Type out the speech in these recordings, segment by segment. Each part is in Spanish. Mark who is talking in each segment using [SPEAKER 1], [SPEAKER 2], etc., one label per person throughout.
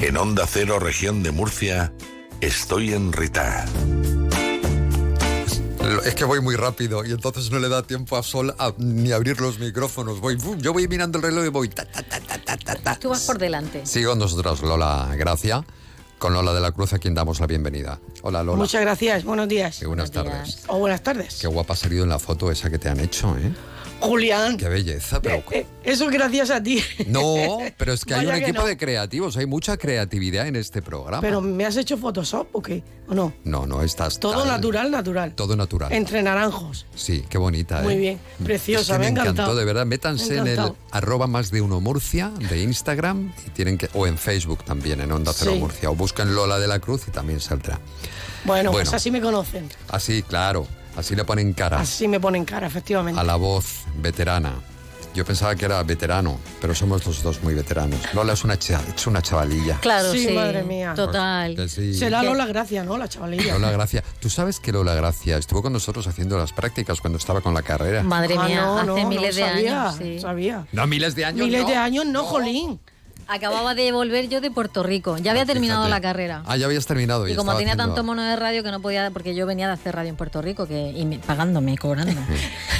[SPEAKER 1] En Onda Cero, región de Murcia, estoy en Rita.
[SPEAKER 2] Es que voy muy rápido y entonces no le da tiempo a Sol a, ni abrir los micrófonos. Voy, ¡fum! yo voy mirando el reloj y voy. Ta, ta, ta, ta, ta, ta.
[SPEAKER 3] Tú vas por delante.
[SPEAKER 2] Sigo nosotras, Lola Gracia, con Lola de la Cruz, a quien damos la bienvenida. Hola, Lola.
[SPEAKER 4] Muchas gracias, buenos días.
[SPEAKER 2] Y buenas
[SPEAKER 3] Buenos
[SPEAKER 2] tardes.
[SPEAKER 3] días.
[SPEAKER 4] O buenas tardes.
[SPEAKER 2] Qué guapa has salido en la foto esa que te han hecho, ¿eh?
[SPEAKER 4] Julián,
[SPEAKER 2] Qué belleza, pero...
[SPEAKER 4] eh, eso es gracias a ti.
[SPEAKER 2] No, pero es que hay un
[SPEAKER 4] Vaya que
[SPEAKER 2] equipo
[SPEAKER 4] no.
[SPEAKER 2] de creativos, hay mucha creatividad en este programa.
[SPEAKER 4] Pero me has hecho Photoshop, ¿o qué? ¿O no?
[SPEAKER 2] No, no, estás...
[SPEAKER 4] Todo
[SPEAKER 2] tan-
[SPEAKER 4] natural, natural.
[SPEAKER 2] Todo natural.
[SPEAKER 4] Entre naranjos.
[SPEAKER 2] Sí, qué bonita.
[SPEAKER 4] Muy
[SPEAKER 2] ¿eh?
[SPEAKER 4] bien, preciosa,
[SPEAKER 2] Es que
[SPEAKER 4] me
[SPEAKER 2] me
[SPEAKER 4] ha
[SPEAKER 2] encantó,
[SPEAKER 4] encantado.
[SPEAKER 2] de verdad. Métanse
[SPEAKER 4] Me ha
[SPEAKER 2] en el
[SPEAKER 4] encantado.
[SPEAKER 2] arroba más de uno Murcia de Instagram y tienen que, o en Facebook también, en Onda Cero
[SPEAKER 4] Sí.
[SPEAKER 2] Murcia. O busquen Lola de la Cruz y también saldrá. Bueno.
[SPEAKER 4] Bueno,
[SPEAKER 2] Ah.
[SPEAKER 4] pues así me conocen.
[SPEAKER 2] Así, claro, así le ponen cara
[SPEAKER 4] Así me ponen cara, efectivamente.
[SPEAKER 2] a la voz veterana. Yo pensaba que era veterano, pero somos los dos muy veteranos. Lola es una, cha- es una chavalilla.
[SPEAKER 3] Claro, sí.
[SPEAKER 4] Sí, madre mía.
[SPEAKER 2] Que
[SPEAKER 3] Total.
[SPEAKER 2] sí.
[SPEAKER 4] Será
[SPEAKER 3] Ya.
[SPEAKER 4] Lola Gracia, ¿no? La chavalilla.
[SPEAKER 2] Lola Gracia. Tú sabes que Lola Gracia estuvo con nosotros haciendo las prácticas cuando estaba con la carrera.
[SPEAKER 3] Madre
[SPEAKER 4] Ah,
[SPEAKER 3] mía,
[SPEAKER 4] no,
[SPEAKER 3] hace
[SPEAKER 4] no,
[SPEAKER 3] miles
[SPEAKER 4] no,
[SPEAKER 3] de
[SPEAKER 4] sabía,
[SPEAKER 3] años. sí.
[SPEAKER 4] Sabía.
[SPEAKER 2] no, miles de años.
[SPEAKER 4] Miles
[SPEAKER 2] no.
[SPEAKER 4] de años, no, Jolín.
[SPEAKER 3] Acababa de volver yo de Puerto Rico. Ya había terminado
[SPEAKER 2] Ah, Fíjate.
[SPEAKER 3] la carrera.
[SPEAKER 2] Ah, ya habías terminado.
[SPEAKER 3] Y
[SPEAKER 2] ya
[SPEAKER 3] como
[SPEAKER 2] estaba
[SPEAKER 3] tenía
[SPEAKER 2] haciendo-
[SPEAKER 3] tanto mono de radio que no podía, porque yo venía de hacer radio en Puerto Rico, que y me- pagándome, cobrando.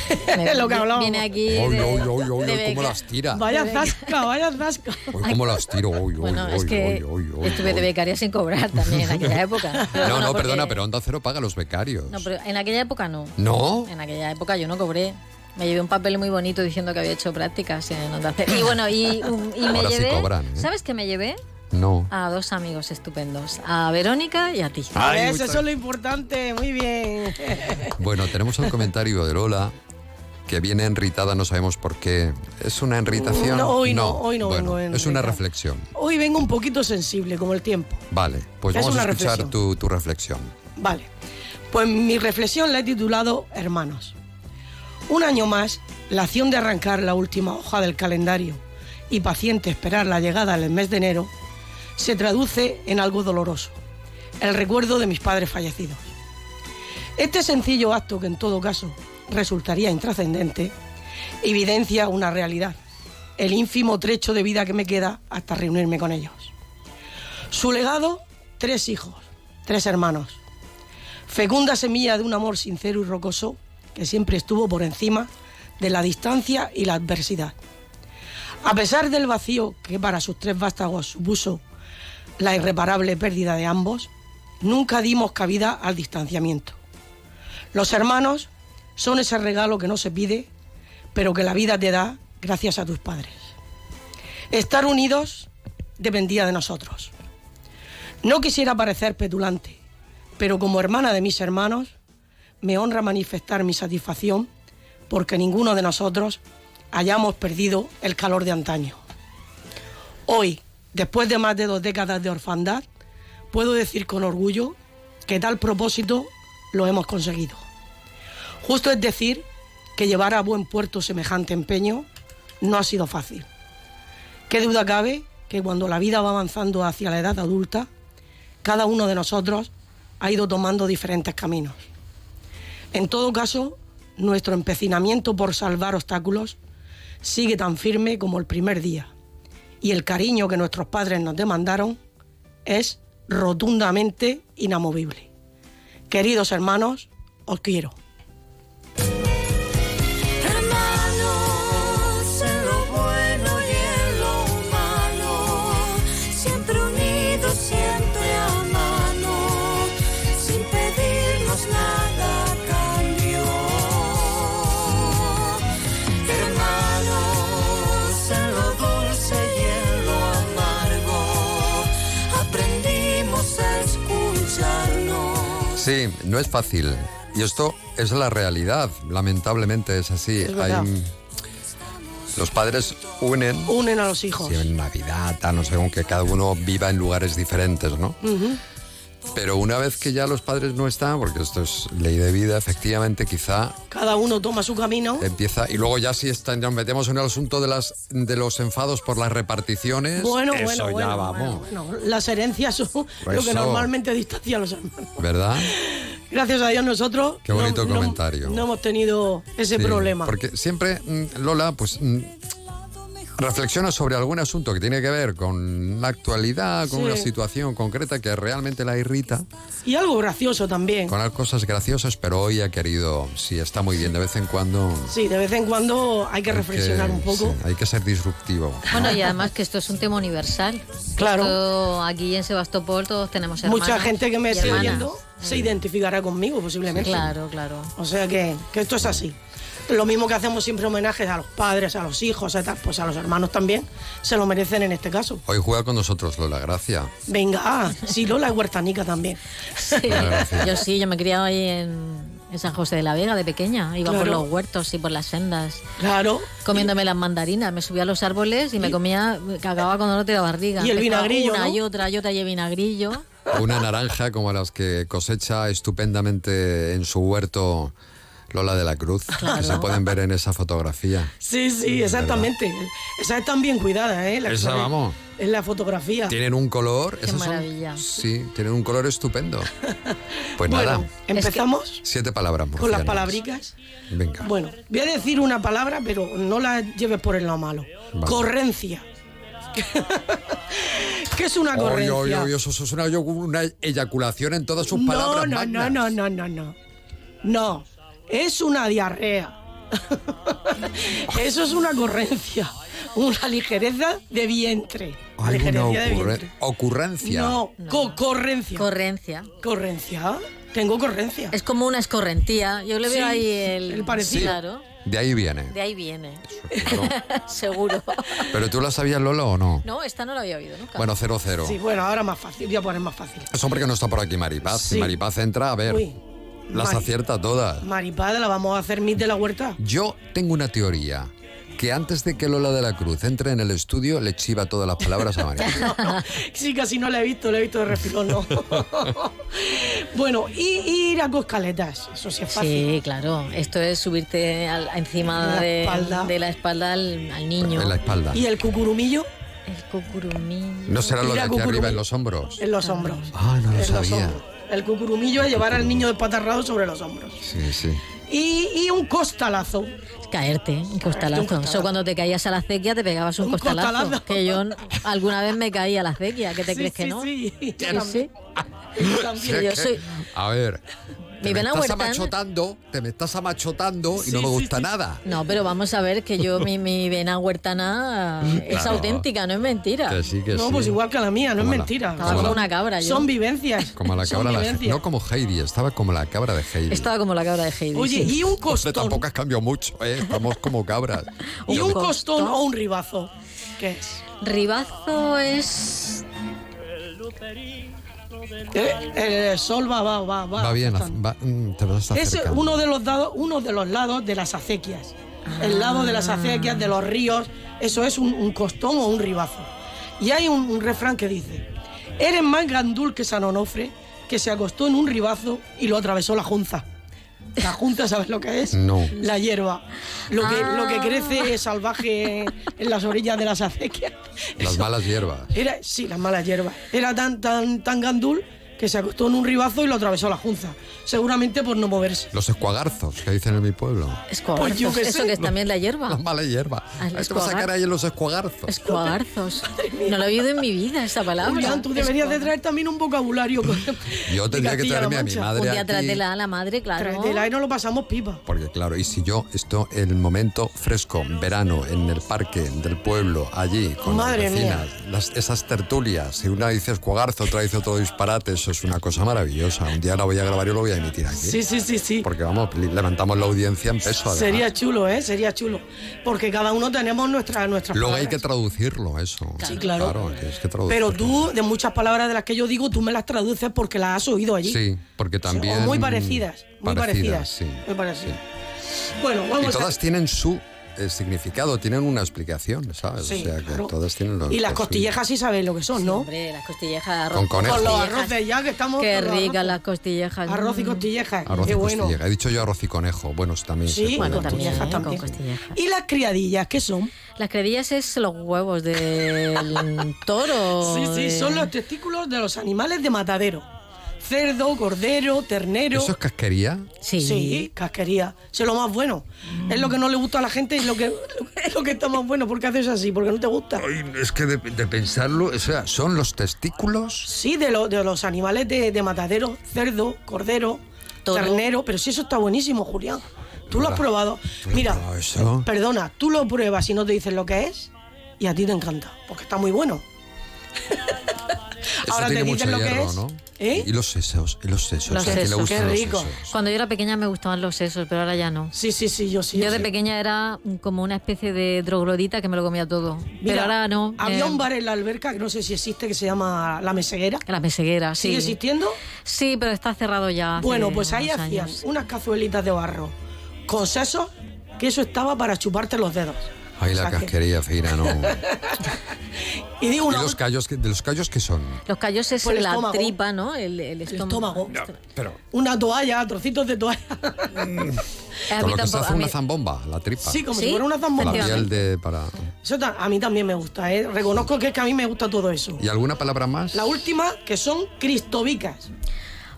[SPEAKER 4] Es lo que hablábamos.
[SPEAKER 3] Viene aquí.
[SPEAKER 2] Oy,
[SPEAKER 3] de-
[SPEAKER 2] oy, oy, oy,
[SPEAKER 3] de
[SPEAKER 2] oy,
[SPEAKER 3] beca-
[SPEAKER 2] cómo las tira.
[SPEAKER 4] Vaya zasca, vaya zasca.
[SPEAKER 2] Oy, cómo las tiro. Oy, oy,
[SPEAKER 3] Bueno,
[SPEAKER 2] oy,
[SPEAKER 3] es que
[SPEAKER 2] oy, oy, oy,
[SPEAKER 3] estuve de
[SPEAKER 2] oy.
[SPEAKER 3] becaria sin cobrar también en aquella época. Pero
[SPEAKER 2] No,
[SPEAKER 3] bueno,
[SPEAKER 2] no,
[SPEAKER 3] porque-
[SPEAKER 2] perdona, pero Onda Cero paga a los becarios.
[SPEAKER 3] No, pero en aquella época no.
[SPEAKER 2] ¿No?
[SPEAKER 3] En aquella época yo no cobré. Me llevé un papel muy bonito diciendo que había hecho prácticas en Onda Cero. Y bueno, y, um, y me
[SPEAKER 2] Ahora sí
[SPEAKER 3] llevé.
[SPEAKER 2] cobran, ¿eh?
[SPEAKER 3] ¿Sabes qué me llevé?
[SPEAKER 2] No.
[SPEAKER 3] A dos amigos estupendos, a Verónica y a ti.
[SPEAKER 2] Ay,
[SPEAKER 4] Pues Eso
[SPEAKER 2] muchas-
[SPEAKER 4] es lo importante, muy bien.
[SPEAKER 3] Ah.
[SPEAKER 2] Bueno, tenemos un comentario de Lola que viene enritada, no sabemos por qué. ¿Es una enritación?
[SPEAKER 4] No, hoy no, hoy no
[SPEAKER 2] Bueno,
[SPEAKER 4] vengo
[SPEAKER 2] es una
[SPEAKER 4] enritada.
[SPEAKER 2] reflexión.
[SPEAKER 4] Hoy vengo un poquito sensible, como el tiempo.
[SPEAKER 2] Vale, pues
[SPEAKER 4] Es
[SPEAKER 2] vamos a
[SPEAKER 4] una
[SPEAKER 2] escuchar
[SPEAKER 4] reflexión.
[SPEAKER 2] tu, tu reflexión.
[SPEAKER 4] Vale, pues mi reflexión la he titulado Hermanos. Un año más, la acción de arrancar la última hoja del calendario y paciente esperar la llegada del mes de enero se traduce en algo doloroso, el recuerdo de mis padres fallecidos. Este sencillo acto, que en todo caso resultaría intrascendente, evidencia una realidad, el ínfimo trecho de vida que me queda hasta reunirme con ellos. Su legado, tres hijos, tres hermanos, fecunda semilla de un amor sincero y rocoso que siempre estuvo por encima de la distancia y la adversidad. A pesar del vacío que para sus tres vástagos supuso la irreparable pérdida de ambos, nunca dimos cabida al distanciamiento. Los hermanos son ese regalo que no se pide, pero que la vida te da gracias a tus padres. Estar unidos dependía de nosotros. No quisiera parecer petulante, pero como hermana de mis hermanos, me honra manifestar mi satisfacción porque ninguno de nosotros hayamos perdido el calor de antaño. Hoy, después de más de dos décadas de orfandad, puedo decir con orgullo que tal propósito lo hemos conseguido. Justo es decir que llevar a buen puerto semejante empeño no ha sido fácil. ¿Qué duda cabe que cuando la vida va avanzando hacia la edad adulta, cada uno de nosotros ha ido tomando diferentes caminos. En todo caso, nuestro empecinamiento por salvar obstáculos sigue tan firme como el primer día y el cariño que nuestros padres nos demandaron es rotundamente inamovible. Queridos hermanos, os quiero.
[SPEAKER 5] Hermanos, en lo bueno y en lo malo, siempre unidos, siempre a mano, sin pedirnos nada a cambio. Hermanos, en lo dulce y en lo amargo, aprendimos a escucharnos.
[SPEAKER 2] Sí, no es fácil. Y esto es la realidad, lamentablemente es así.
[SPEAKER 4] Es verdad.
[SPEAKER 2] Hay- los padres unen
[SPEAKER 4] Unen a los hijos.
[SPEAKER 2] sí, en Navidad, a no sé, aunque cada uno viva en lugares diferentes, ¿no? Pero una vez que ya los padres no están, porque esto es ley de vida, efectivamente, quizá
[SPEAKER 4] Cada uno toma su camino.
[SPEAKER 2] empieza y luego ya si están, nos metemos en el asunto de las de los enfados por las reparticiones.
[SPEAKER 4] Bueno,
[SPEAKER 2] eso
[SPEAKER 4] bueno,
[SPEAKER 2] ya
[SPEAKER 4] bueno,
[SPEAKER 2] vamos, Pues
[SPEAKER 4] bueno, bueno. Las herencias son lo
[SPEAKER 2] Eso.
[SPEAKER 4] que normalmente distancia a los hermanos.
[SPEAKER 2] ¿verdad?
[SPEAKER 4] Gracias a Dios nosotros
[SPEAKER 2] Qué bonito comentario.
[SPEAKER 4] No, hemos tenido ese
[SPEAKER 2] Sí,
[SPEAKER 4] problema.
[SPEAKER 2] Porque siempre mm, Lola, pues mm, reflexiona sobre algún asunto que tiene que ver con la actualidad, con
[SPEAKER 4] Sí.
[SPEAKER 2] una situación concreta que realmente la irrita,
[SPEAKER 4] Y algo gracioso también.
[SPEAKER 2] con cosas graciosas, pero hoy ha querido, sí, está muy bien de vez en cuando.
[SPEAKER 4] Sí, de vez en cuando hay que
[SPEAKER 2] hay
[SPEAKER 4] reflexionar un poco.
[SPEAKER 2] sí, hay que ser disruptivo. ¿no?
[SPEAKER 3] Bueno, y además que esto es un tema universal.
[SPEAKER 4] Claro.
[SPEAKER 3] Esto, aquí en Sebastopol todos tenemos hermanos.
[SPEAKER 4] Mucha gente que me
[SPEAKER 3] y
[SPEAKER 4] esté
[SPEAKER 3] hermanas.
[SPEAKER 4] oyendo se identificará conmigo posiblemente.
[SPEAKER 3] Claro, claro.
[SPEAKER 4] O sea que, que esto es así. Lo mismo que hacemos siempre homenajes a los padres, a los hijos, a tal, pues a los hermanos también, se lo merecen en este caso.
[SPEAKER 2] Hoy juega con nosotros Lola, gracias.
[SPEAKER 4] Venga, ah, sí, Lola es huertanica también.
[SPEAKER 3] Sí.
[SPEAKER 2] Claro.
[SPEAKER 3] Yo sí, yo me he criado ahí en, en San José de la Vega de pequeña. Iba por
[SPEAKER 4] Claro.
[SPEAKER 3] los huertos y por las sendas.
[SPEAKER 4] Claro.
[SPEAKER 3] Comiéndome las mandarinas, me subía a los árboles y me comía, cagaba cuando no te da barriga.
[SPEAKER 4] Y el
[SPEAKER 3] Empezaba
[SPEAKER 4] vinagrillo,
[SPEAKER 3] Una
[SPEAKER 4] ¿no?
[SPEAKER 3] y otra y otra y el vinagrillo.
[SPEAKER 2] Una naranja como las que cosecha estupendamente en su huerto Lola de la Cruz, que se pueden ver en esa fotografía.
[SPEAKER 4] Sí, sí, exactamente. Esa están bien cuidada, ¿eh? La
[SPEAKER 2] Esa,
[SPEAKER 4] que-
[SPEAKER 2] vamos.
[SPEAKER 4] Es la fotografía.
[SPEAKER 2] Tienen un color. esas son-
[SPEAKER 3] maravilla.
[SPEAKER 2] sí, tienen un color estupendo. Pues
[SPEAKER 4] bueno,
[SPEAKER 2] nada,
[SPEAKER 4] empezamos
[SPEAKER 2] siete palabras.
[SPEAKER 4] con las
[SPEAKER 2] murcianas.
[SPEAKER 4] palabricas.
[SPEAKER 2] Venga.
[SPEAKER 4] Bueno, voy a decir una palabra, pero no la lleves por el lado malo.
[SPEAKER 2] Vale.
[SPEAKER 4] Correncia. ¿Qué es una
[SPEAKER 2] Oy,
[SPEAKER 4] correncia?
[SPEAKER 2] oy, oy, eso es una, una eyaculación en todas sus
[SPEAKER 4] No,
[SPEAKER 2] palabras.
[SPEAKER 4] no, no,
[SPEAKER 2] magnas.
[SPEAKER 4] no, no, no, no. No, es una diarrea. Eso es una correncia. Una ligereza de vientre.
[SPEAKER 2] ¿Alguna
[SPEAKER 4] Ligereza de
[SPEAKER 2] ocurre-
[SPEAKER 4] vientre.
[SPEAKER 2] ocurrencia?
[SPEAKER 4] No, co- correncia.
[SPEAKER 3] Correncia.
[SPEAKER 4] correncia. Tengo correncia.
[SPEAKER 3] Es como una escorrentía. Yo le veo
[SPEAKER 4] Sí,
[SPEAKER 3] ahí el,
[SPEAKER 4] el parecido.
[SPEAKER 3] Claro,
[SPEAKER 2] De ahí viene.
[SPEAKER 3] de ahí viene.
[SPEAKER 2] Seguro.
[SPEAKER 3] Seguro.
[SPEAKER 2] Pero tú la sabías, Lola, o no?
[SPEAKER 3] No, esta no la había oído nunca.
[SPEAKER 2] Bueno, 0-0. Cero,
[SPEAKER 4] Sí,
[SPEAKER 2] cero.
[SPEAKER 4] bueno, ahora más fácil. Voy a poner más fácil.
[SPEAKER 2] Es hombre que no está por aquí, Maripaz. Si
[SPEAKER 4] Sí.
[SPEAKER 2] Maripaz entra, a ver.
[SPEAKER 4] Uy,
[SPEAKER 2] las
[SPEAKER 4] Mari-
[SPEAKER 2] acierta todas.
[SPEAKER 4] Maripada, la vamos a hacer mit de la huerta.
[SPEAKER 2] Yo tengo una teoría. Que antes de que Lola de la Cruz entre en el estudio, le chiva todas las palabras a Maripaz.
[SPEAKER 4] Sí, casi no la he visto, la he visto de refilón, no. bueno, y, y ir a coscaletas. Eso sí es fácil.
[SPEAKER 3] Sí, claro. Esto es subirte al- encima
[SPEAKER 4] La
[SPEAKER 3] de,
[SPEAKER 4] espalda.
[SPEAKER 3] de la espalda al, al niño.
[SPEAKER 2] en la espalda.
[SPEAKER 4] Y el cucurumiyo
[SPEAKER 3] El cucurumí.
[SPEAKER 2] No será lo de
[SPEAKER 4] Mira,
[SPEAKER 2] aquí
[SPEAKER 4] cucurú.
[SPEAKER 2] arriba en los hombros.
[SPEAKER 4] en los hombros.
[SPEAKER 2] Ah, no lo
[SPEAKER 4] En los
[SPEAKER 2] sabía.
[SPEAKER 4] hombros. El cucurumillo es llevar al niño despatarrado sobre los hombros.
[SPEAKER 2] Sí, sí.
[SPEAKER 4] Y, y un costalazo.
[SPEAKER 3] Caerte, un
[SPEAKER 4] un
[SPEAKER 3] costalazo.
[SPEAKER 4] costalazo.
[SPEAKER 3] Eso cuando te caías a la acequia te pegabas un,
[SPEAKER 4] Un
[SPEAKER 3] costalazo,
[SPEAKER 4] costalazo.
[SPEAKER 3] Que yo n- alguna vez me caí a la acequia, ¿qué te
[SPEAKER 4] Sí,
[SPEAKER 3] crees que
[SPEAKER 4] sí,
[SPEAKER 3] no?
[SPEAKER 4] Sí,
[SPEAKER 3] Sí,
[SPEAKER 4] Yo también,
[SPEAKER 3] sí.
[SPEAKER 4] yo también.
[SPEAKER 3] Sí, yo
[SPEAKER 2] Es que,
[SPEAKER 3] soy-
[SPEAKER 2] A ver. Te
[SPEAKER 3] Mi
[SPEAKER 2] me
[SPEAKER 3] vena
[SPEAKER 2] estás
[SPEAKER 3] huertana-
[SPEAKER 2] amachotando, te me estás amachotando y
[SPEAKER 4] Sí,
[SPEAKER 2] no me
[SPEAKER 4] sí,
[SPEAKER 2] gusta
[SPEAKER 4] sí.
[SPEAKER 2] nada.
[SPEAKER 3] No, pero vamos a ver que yo, mi, mi vena huertana eh, es
[SPEAKER 2] Claro.
[SPEAKER 3] auténtica, no es mentira.
[SPEAKER 2] Que sí, que
[SPEAKER 4] No,
[SPEAKER 2] sí.
[SPEAKER 4] pues igual que la mía, no es
[SPEAKER 2] Como la-
[SPEAKER 4] mentira.
[SPEAKER 3] Estaba
[SPEAKER 2] Como
[SPEAKER 3] como
[SPEAKER 2] la-
[SPEAKER 3] una cabra yo.
[SPEAKER 4] Son vivencias.
[SPEAKER 2] Como la
[SPEAKER 4] son
[SPEAKER 2] cabra, la-
[SPEAKER 4] vivencias.
[SPEAKER 2] no como Heidi, estaba como la cabra de Heidi.
[SPEAKER 3] Estaba como la cabra de Heidi.
[SPEAKER 4] Oye,
[SPEAKER 3] sí.
[SPEAKER 4] y un
[SPEAKER 2] Hombre,
[SPEAKER 4] costón.
[SPEAKER 2] tampoco has cambiado mucho, ¿eh? estamos como cabras.
[SPEAKER 4] Y un
[SPEAKER 3] costón.
[SPEAKER 4] costón o un ribazo. ¿Qué es?
[SPEAKER 3] Ribazo
[SPEAKER 4] Pues
[SPEAKER 3] es...
[SPEAKER 4] Eh, eh, el sol va, va, va, va.
[SPEAKER 2] Va bien,
[SPEAKER 4] bastante.
[SPEAKER 2] va- mm, te vas a
[SPEAKER 4] Es uno de los dados, uno de los lados de las acequias. El lado de las acequias, de los ríos, eso es un, un costón o un ribazo. Y hay un, un refrán que dice: Eres más gandul que San Onofre, que se acostó en un ribazo y lo atravesó la junza. La junza, ¿sabes lo que es?
[SPEAKER 2] No.
[SPEAKER 4] La hierba. Lo que, lo que crece salvaje en las orillas de las acequias.
[SPEAKER 2] Las
[SPEAKER 4] Eso-
[SPEAKER 2] malas hierbas.
[SPEAKER 4] era, sí, las malas hierbas. Era tan, tan, tan gandul que se acostó en un ribazo y lo atravesó la junza. Seguramente por no moverse.
[SPEAKER 2] Los escuagarzos que dicen en mi pueblo.
[SPEAKER 3] Escuagarzos.
[SPEAKER 4] Pues yo qué
[SPEAKER 3] Eso
[SPEAKER 4] sé.
[SPEAKER 3] que es también la hierba.
[SPEAKER 2] Las malas hierbas.
[SPEAKER 3] Ah, el
[SPEAKER 2] Ahí te vas a
[SPEAKER 3] escuagar-
[SPEAKER 2] sacar ahí en los escuagarzos.
[SPEAKER 3] Escuagarzos. No lo he oído en mi vida esa palabra.
[SPEAKER 4] Julián, tú deberías de traer también un vocabulario. con-
[SPEAKER 2] Yo
[SPEAKER 4] de
[SPEAKER 2] tendría que
[SPEAKER 4] Castilla-La
[SPEAKER 2] traerme a mi
[SPEAKER 4] Mancha.
[SPEAKER 2] madre.
[SPEAKER 3] Un día
[SPEAKER 2] aquí.
[SPEAKER 3] trátela a la madre, claro.
[SPEAKER 4] Tráetela y nos lo pasamos pipa.
[SPEAKER 2] Porque claro, y si yo esto en el momento fresco, verano, en el parque del pueblo, allí, con
[SPEAKER 4] Madre
[SPEAKER 2] las vecinas, las- esas tertulias, si una dice escuagarzo, otra dice todo disparate, eso es una cosa maravillosa. Un día la voy a grabar y lo voy a emitir aquí.
[SPEAKER 4] Sí, sí, sí, sí.
[SPEAKER 2] Porque vamos, li- levantamos la audiencia en peso. además.
[SPEAKER 4] Sería chulo, ¿eh? Sería chulo. Porque cada uno tenemos nuestra, nuestras
[SPEAKER 2] Luego hay que
[SPEAKER 4] palabras.
[SPEAKER 2] traducirlo, eso.
[SPEAKER 4] Sí, claro.
[SPEAKER 2] tienes que traducirlo.
[SPEAKER 4] Pero tú, de muchas palabras de las que yo digo, tú me las traduces porque las has oído allí.
[SPEAKER 2] Sí, porque
[SPEAKER 4] O sea,
[SPEAKER 2] también...
[SPEAKER 4] o muy parecidas. Muy parecidas. Eh, pues,
[SPEAKER 2] sí.
[SPEAKER 4] Muy parecidas. Bueno, vamos
[SPEAKER 2] Y
[SPEAKER 4] a-
[SPEAKER 2] todas tienen su eh, significado, tienen una explicación, ¿sabes?
[SPEAKER 4] Sí,
[SPEAKER 2] o sea, que
[SPEAKER 4] claro.
[SPEAKER 2] todas tienen lo-
[SPEAKER 4] Y las
[SPEAKER 2] lo suyo.
[SPEAKER 4] costillejas sí sabéis lo que son, ¿no?
[SPEAKER 3] Hombre, las costillejas de arroz.
[SPEAKER 2] Con conejo.
[SPEAKER 4] Con los
[SPEAKER 3] Costillejas.
[SPEAKER 4] arroces ya que estamos.
[SPEAKER 3] Qué
[SPEAKER 4] con los
[SPEAKER 3] ricas
[SPEAKER 4] arroces.
[SPEAKER 3] las costillejas.
[SPEAKER 4] Arroz y costillejas.
[SPEAKER 2] Arroz
[SPEAKER 4] Qué
[SPEAKER 2] y
[SPEAKER 4] bueno.
[SPEAKER 2] costilleja. He dicho yo arroz y conejo. Bueno, también. se
[SPEAKER 4] Sí,
[SPEAKER 2] puede,
[SPEAKER 3] Bueno,
[SPEAKER 4] con
[SPEAKER 2] entonces.
[SPEAKER 3] también,
[SPEAKER 4] costillejas
[SPEAKER 3] ¿eh?
[SPEAKER 4] también.
[SPEAKER 3] Con costillejas.
[SPEAKER 4] ¿Y las criadillas qué son?
[SPEAKER 3] Las credillas es los huevos del toro.
[SPEAKER 4] Sí, sí,
[SPEAKER 3] de- Pues
[SPEAKER 4] son los testículos de los animales de matadero. cerdo, cordero, ternero.
[SPEAKER 2] ¿Eso es casquería?
[SPEAKER 3] Sí.
[SPEAKER 4] Sí, casquería. Eso es lo más bueno. Es lo que no le gusta a la gente y lo que, es lo que está más bueno. ¿Por qué haces así? Porque no te gusta.
[SPEAKER 2] Ay, es que de, de pensarlo, o sea, son los testículos.
[SPEAKER 4] Sí, de, lo- de los animales de, de matadero, cerdo, cordero,
[SPEAKER 3] Toro.
[SPEAKER 4] ternero. Pero sí, eso está buenísimo, Julián. Tú lo has
[SPEAKER 2] Hola.
[SPEAKER 4] probado.
[SPEAKER 2] ¿Tú lo has
[SPEAKER 4] Mira,
[SPEAKER 2] probado eso?
[SPEAKER 4] perdona, tú lo pruebas y no te dicen lo que es y a ti te encanta, porque está muy bueno.
[SPEAKER 2] Eso
[SPEAKER 4] Ahora te
[SPEAKER 2] tiene mucho
[SPEAKER 4] dicen lo que
[SPEAKER 2] hierro,
[SPEAKER 4] es.
[SPEAKER 2] ¿no?
[SPEAKER 4] ¿Eh?
[SPEAKER 2] Y los sesos, y los sesos.
[SPEAKER 3] Los
[SPEAKER 2] ¿a quién le
[SPEAKER 3] sesos.
[SPEAKER 2] gustan
[SPEAKER 4] Qué
[SPEAKER 2] los
[SPEAKER 4] rico.
[SPEAKER 2] sesos?
[SPEAKER 3] Cuando yo era pequeña me gustaban los sesos, pero ahora ya no.
[SPEAKER 4] Sí, sí, sí, yo sí.
[SPEAKER 3] Yo
[SPEAKER 4] yo
[SPEAKER 3] de
[SPEAKER 4] sí.
[SPEAKER 3] pequeña era como una especie de droglodita que me lo comía todo. pero
[SPEAKER 4] Mira,
[SPEAKER 3] ahora no.
[SPEAKER 4] Había
[SPEAKER 3] eh,
[SPEAKER 4] un bar en la alberca que no sé si existe que se llama La Meseguera.
[SPEAKER 3] La meseguera, sí.
[SPEAKER 4] ¿Sigue existiendo?
[SPEAKER 3] Sí, pero está cerrado ya. hace
[SPEAKER 4] Bueno, pues ahí
[SPEAKER 3] unos
[SPEAKER 4] hacían
[SPEAKER 3] años.
[SPEAKER 4] unas cazuelitas de barro con sesos, que eso estaba para chuparte los dedos.
[SPEAKER 2] Ay,
[SPEAKER 4] O
[SPEAKER 2] la
[SPEAKER 4] sea que-
[SPEAKER 2] casquería fina, ¿no? ¿Y
[SPEAKER 4] Y digo una.
[SPEAKER 2] los callos, que- de los callos que son?
[SPEAKER 3] Los callos es
[SPEAKER 4] Por el
[SPEAKER 3] la
[SPEAKER 4] estómago.
[SPEAKER 3] tripa, ¿no? El, el estómago.
[SPEAKER 4] estómago.
[SPEAKER 2] Pero...
[SPEAKER 4] Una toalla, trocitos de toalla.
[SPEAKER 2] Con lo que
[SPEAKER 3] A mí
[SPEAKER 2] se
[SPEAKER 3] tampoco-
[SPEAKER 2] hace
[SPEAKER 3] a
[SPEAKER 2] una
[SPEAKER 3] mí-
[SPEAKER 2] zambomba, la tripa.
[SPEAKER 4] Sí, como
[SPEAKER 3] Sí,
[SPEAKER 4] si fuera una
[SPEAKER 2] Con
[SPEAKER 4] zambomba.
[SPEAKER 2] la piel
[SPEAKER 3] efectivamente.
[SPEAKER 2] de... Para...
[SPEAKER 4] Eso ta- a mí también me gusta, ¿eh? Reconozco que es que a mí me gusta todo eso.
[SPEAKER 2] ¿Y alguna palabra más?
[SPEAKER 4] La última, que son cristobicas.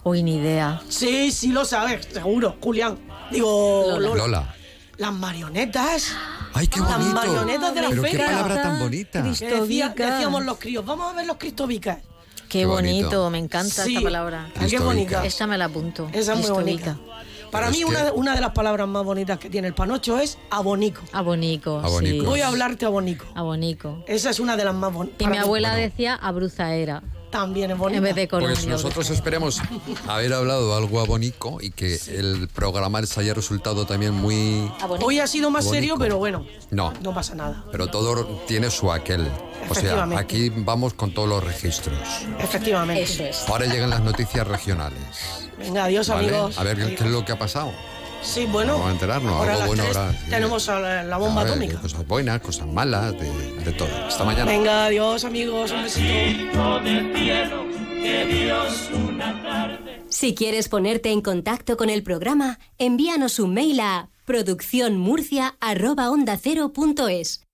[SPEAKER 3] Uy, ni idea.
[SPEAKER 4] Sí, sí lo sabes, seguro, Julián. Digo,
[SPEAKER 3] Lola.
[SPEAKER 4] Lola.
[SPEAKER 2] Lola.
[SPEAKER 4] Las marionetas.
[SPEAKER 2] Ay, qué
[SPEAKER 4] Las
[SPEAKER 2] bonito.
[SPEAKER 4] marionetas de la
[SPEAKER 2] Pero qué
[SPEAKER 4] feria.
[SPEAKER 2] palabra tan bonita.
[SPEAKER 4] Que decía- que
[SPEAKER 3] Cristobicas.
[SPEAKER 4] decíamos los críos, vamos a ver los cristobicas.
[SPEAKER 3] Qué,
[SPEAKER 2] Qué bonito.
[SPEAKER 3] bonito. me encanta
[SPEAKER 4] Sí.
[SPEAKER 3] esta palabra.
[SPEAKER 4] Ah, Qué
[SPEAKER 2] Cristovica.
[SPEAKER 4] bonita.
[SPEAKER 3] Esta me la apunto.
[SPEAKER 4] Esa es muy
[SPEAKER 3] Cristovica.
[SPEAKER 4] bonita. Para
[SPEAKER 2] Pero
[SPEAKER 4] mí,
[SPEAKER 2] es
[SPEAKER 4] una,
[SPEAKER 2] que-
[SPEAKER 4] una de las palabras más bonitas que tiene el panocho es abonico.
[SPEAKER 3] Abonico.
[SPEAKER 2] Abonico.
[SPEAKER 3] Sí.
[SPEAKER 4] Voy a hablarte abonico.
[SPEAKER 3] Abonico.
[SPEAKER 4] Esa es una de las más bonitas.
[SPEAKER 3] Y mi abuela decía abruzaera.
[SPEAKER 4] También es
[SPEAKER 3] En
[SPEAKER 4] bonita.
[SPEAKER 3] vez de Colombia.
[SPEAKER 2] Pues nosotros
[SPEAKER 3] abruzaera.
[SPEAKER 2] esperemos haber hablado algo abonico y que el programa les haya resultado también muy...
[SPEAKER 3] Abonico.
[SPEAKER 4] Hoy ha sido más
[SPEAKER 2] Abonico.
[SPEAKER 4] serio, pero bueno,
[SPEAKER 2] No.
[SPEAKER 4] no pasa nada.
[SPEAKER 2] Pero todo tiene su aquel. O sea,
[SPEAKER 4] Efectivamente.
[SPEAKER 2] aquí vamos con todos los registros.
[SPEAKER 4] Efectivamente.
[SPEAKER 3] Eso es.
[SPEAKER 2] Ahora llegan las noticias regionales.
[SPEAKER 4] Venga, adiós,
[SPEAKER 2] ¿vale?
[SPEAKER 4] amigos.
[SPEAKER 2] A ver qué es lo que ha pasado.
[SPEAKER 4] Sí, bueno.
[SPEAKER 2] Vamos a enterarnos,
[SPEAKER 4] Ahora
[SPEAKER 2] algo
[SPEAKER 4] a las
[SPEAKER 2] bueno
[SPEAKER 4] tres
[SPEAKER 2] habrá, sí.
[SPEAKER 4] Tenemos a la, la bomba
[SPEAKER 2] A ver, pues-
[SPEAKER 4] atómica.
[SPEAKER 2] Cosas buenas, cosas malas, de, de todo. Hasta mañana.
[SPEAKER 4] Venga, adiós, amigos. Un besito.
[SPEAKER 6] Si quieres ponerte en contacto con el programa, envíanos un mail a producciónmurcia.ondacero.es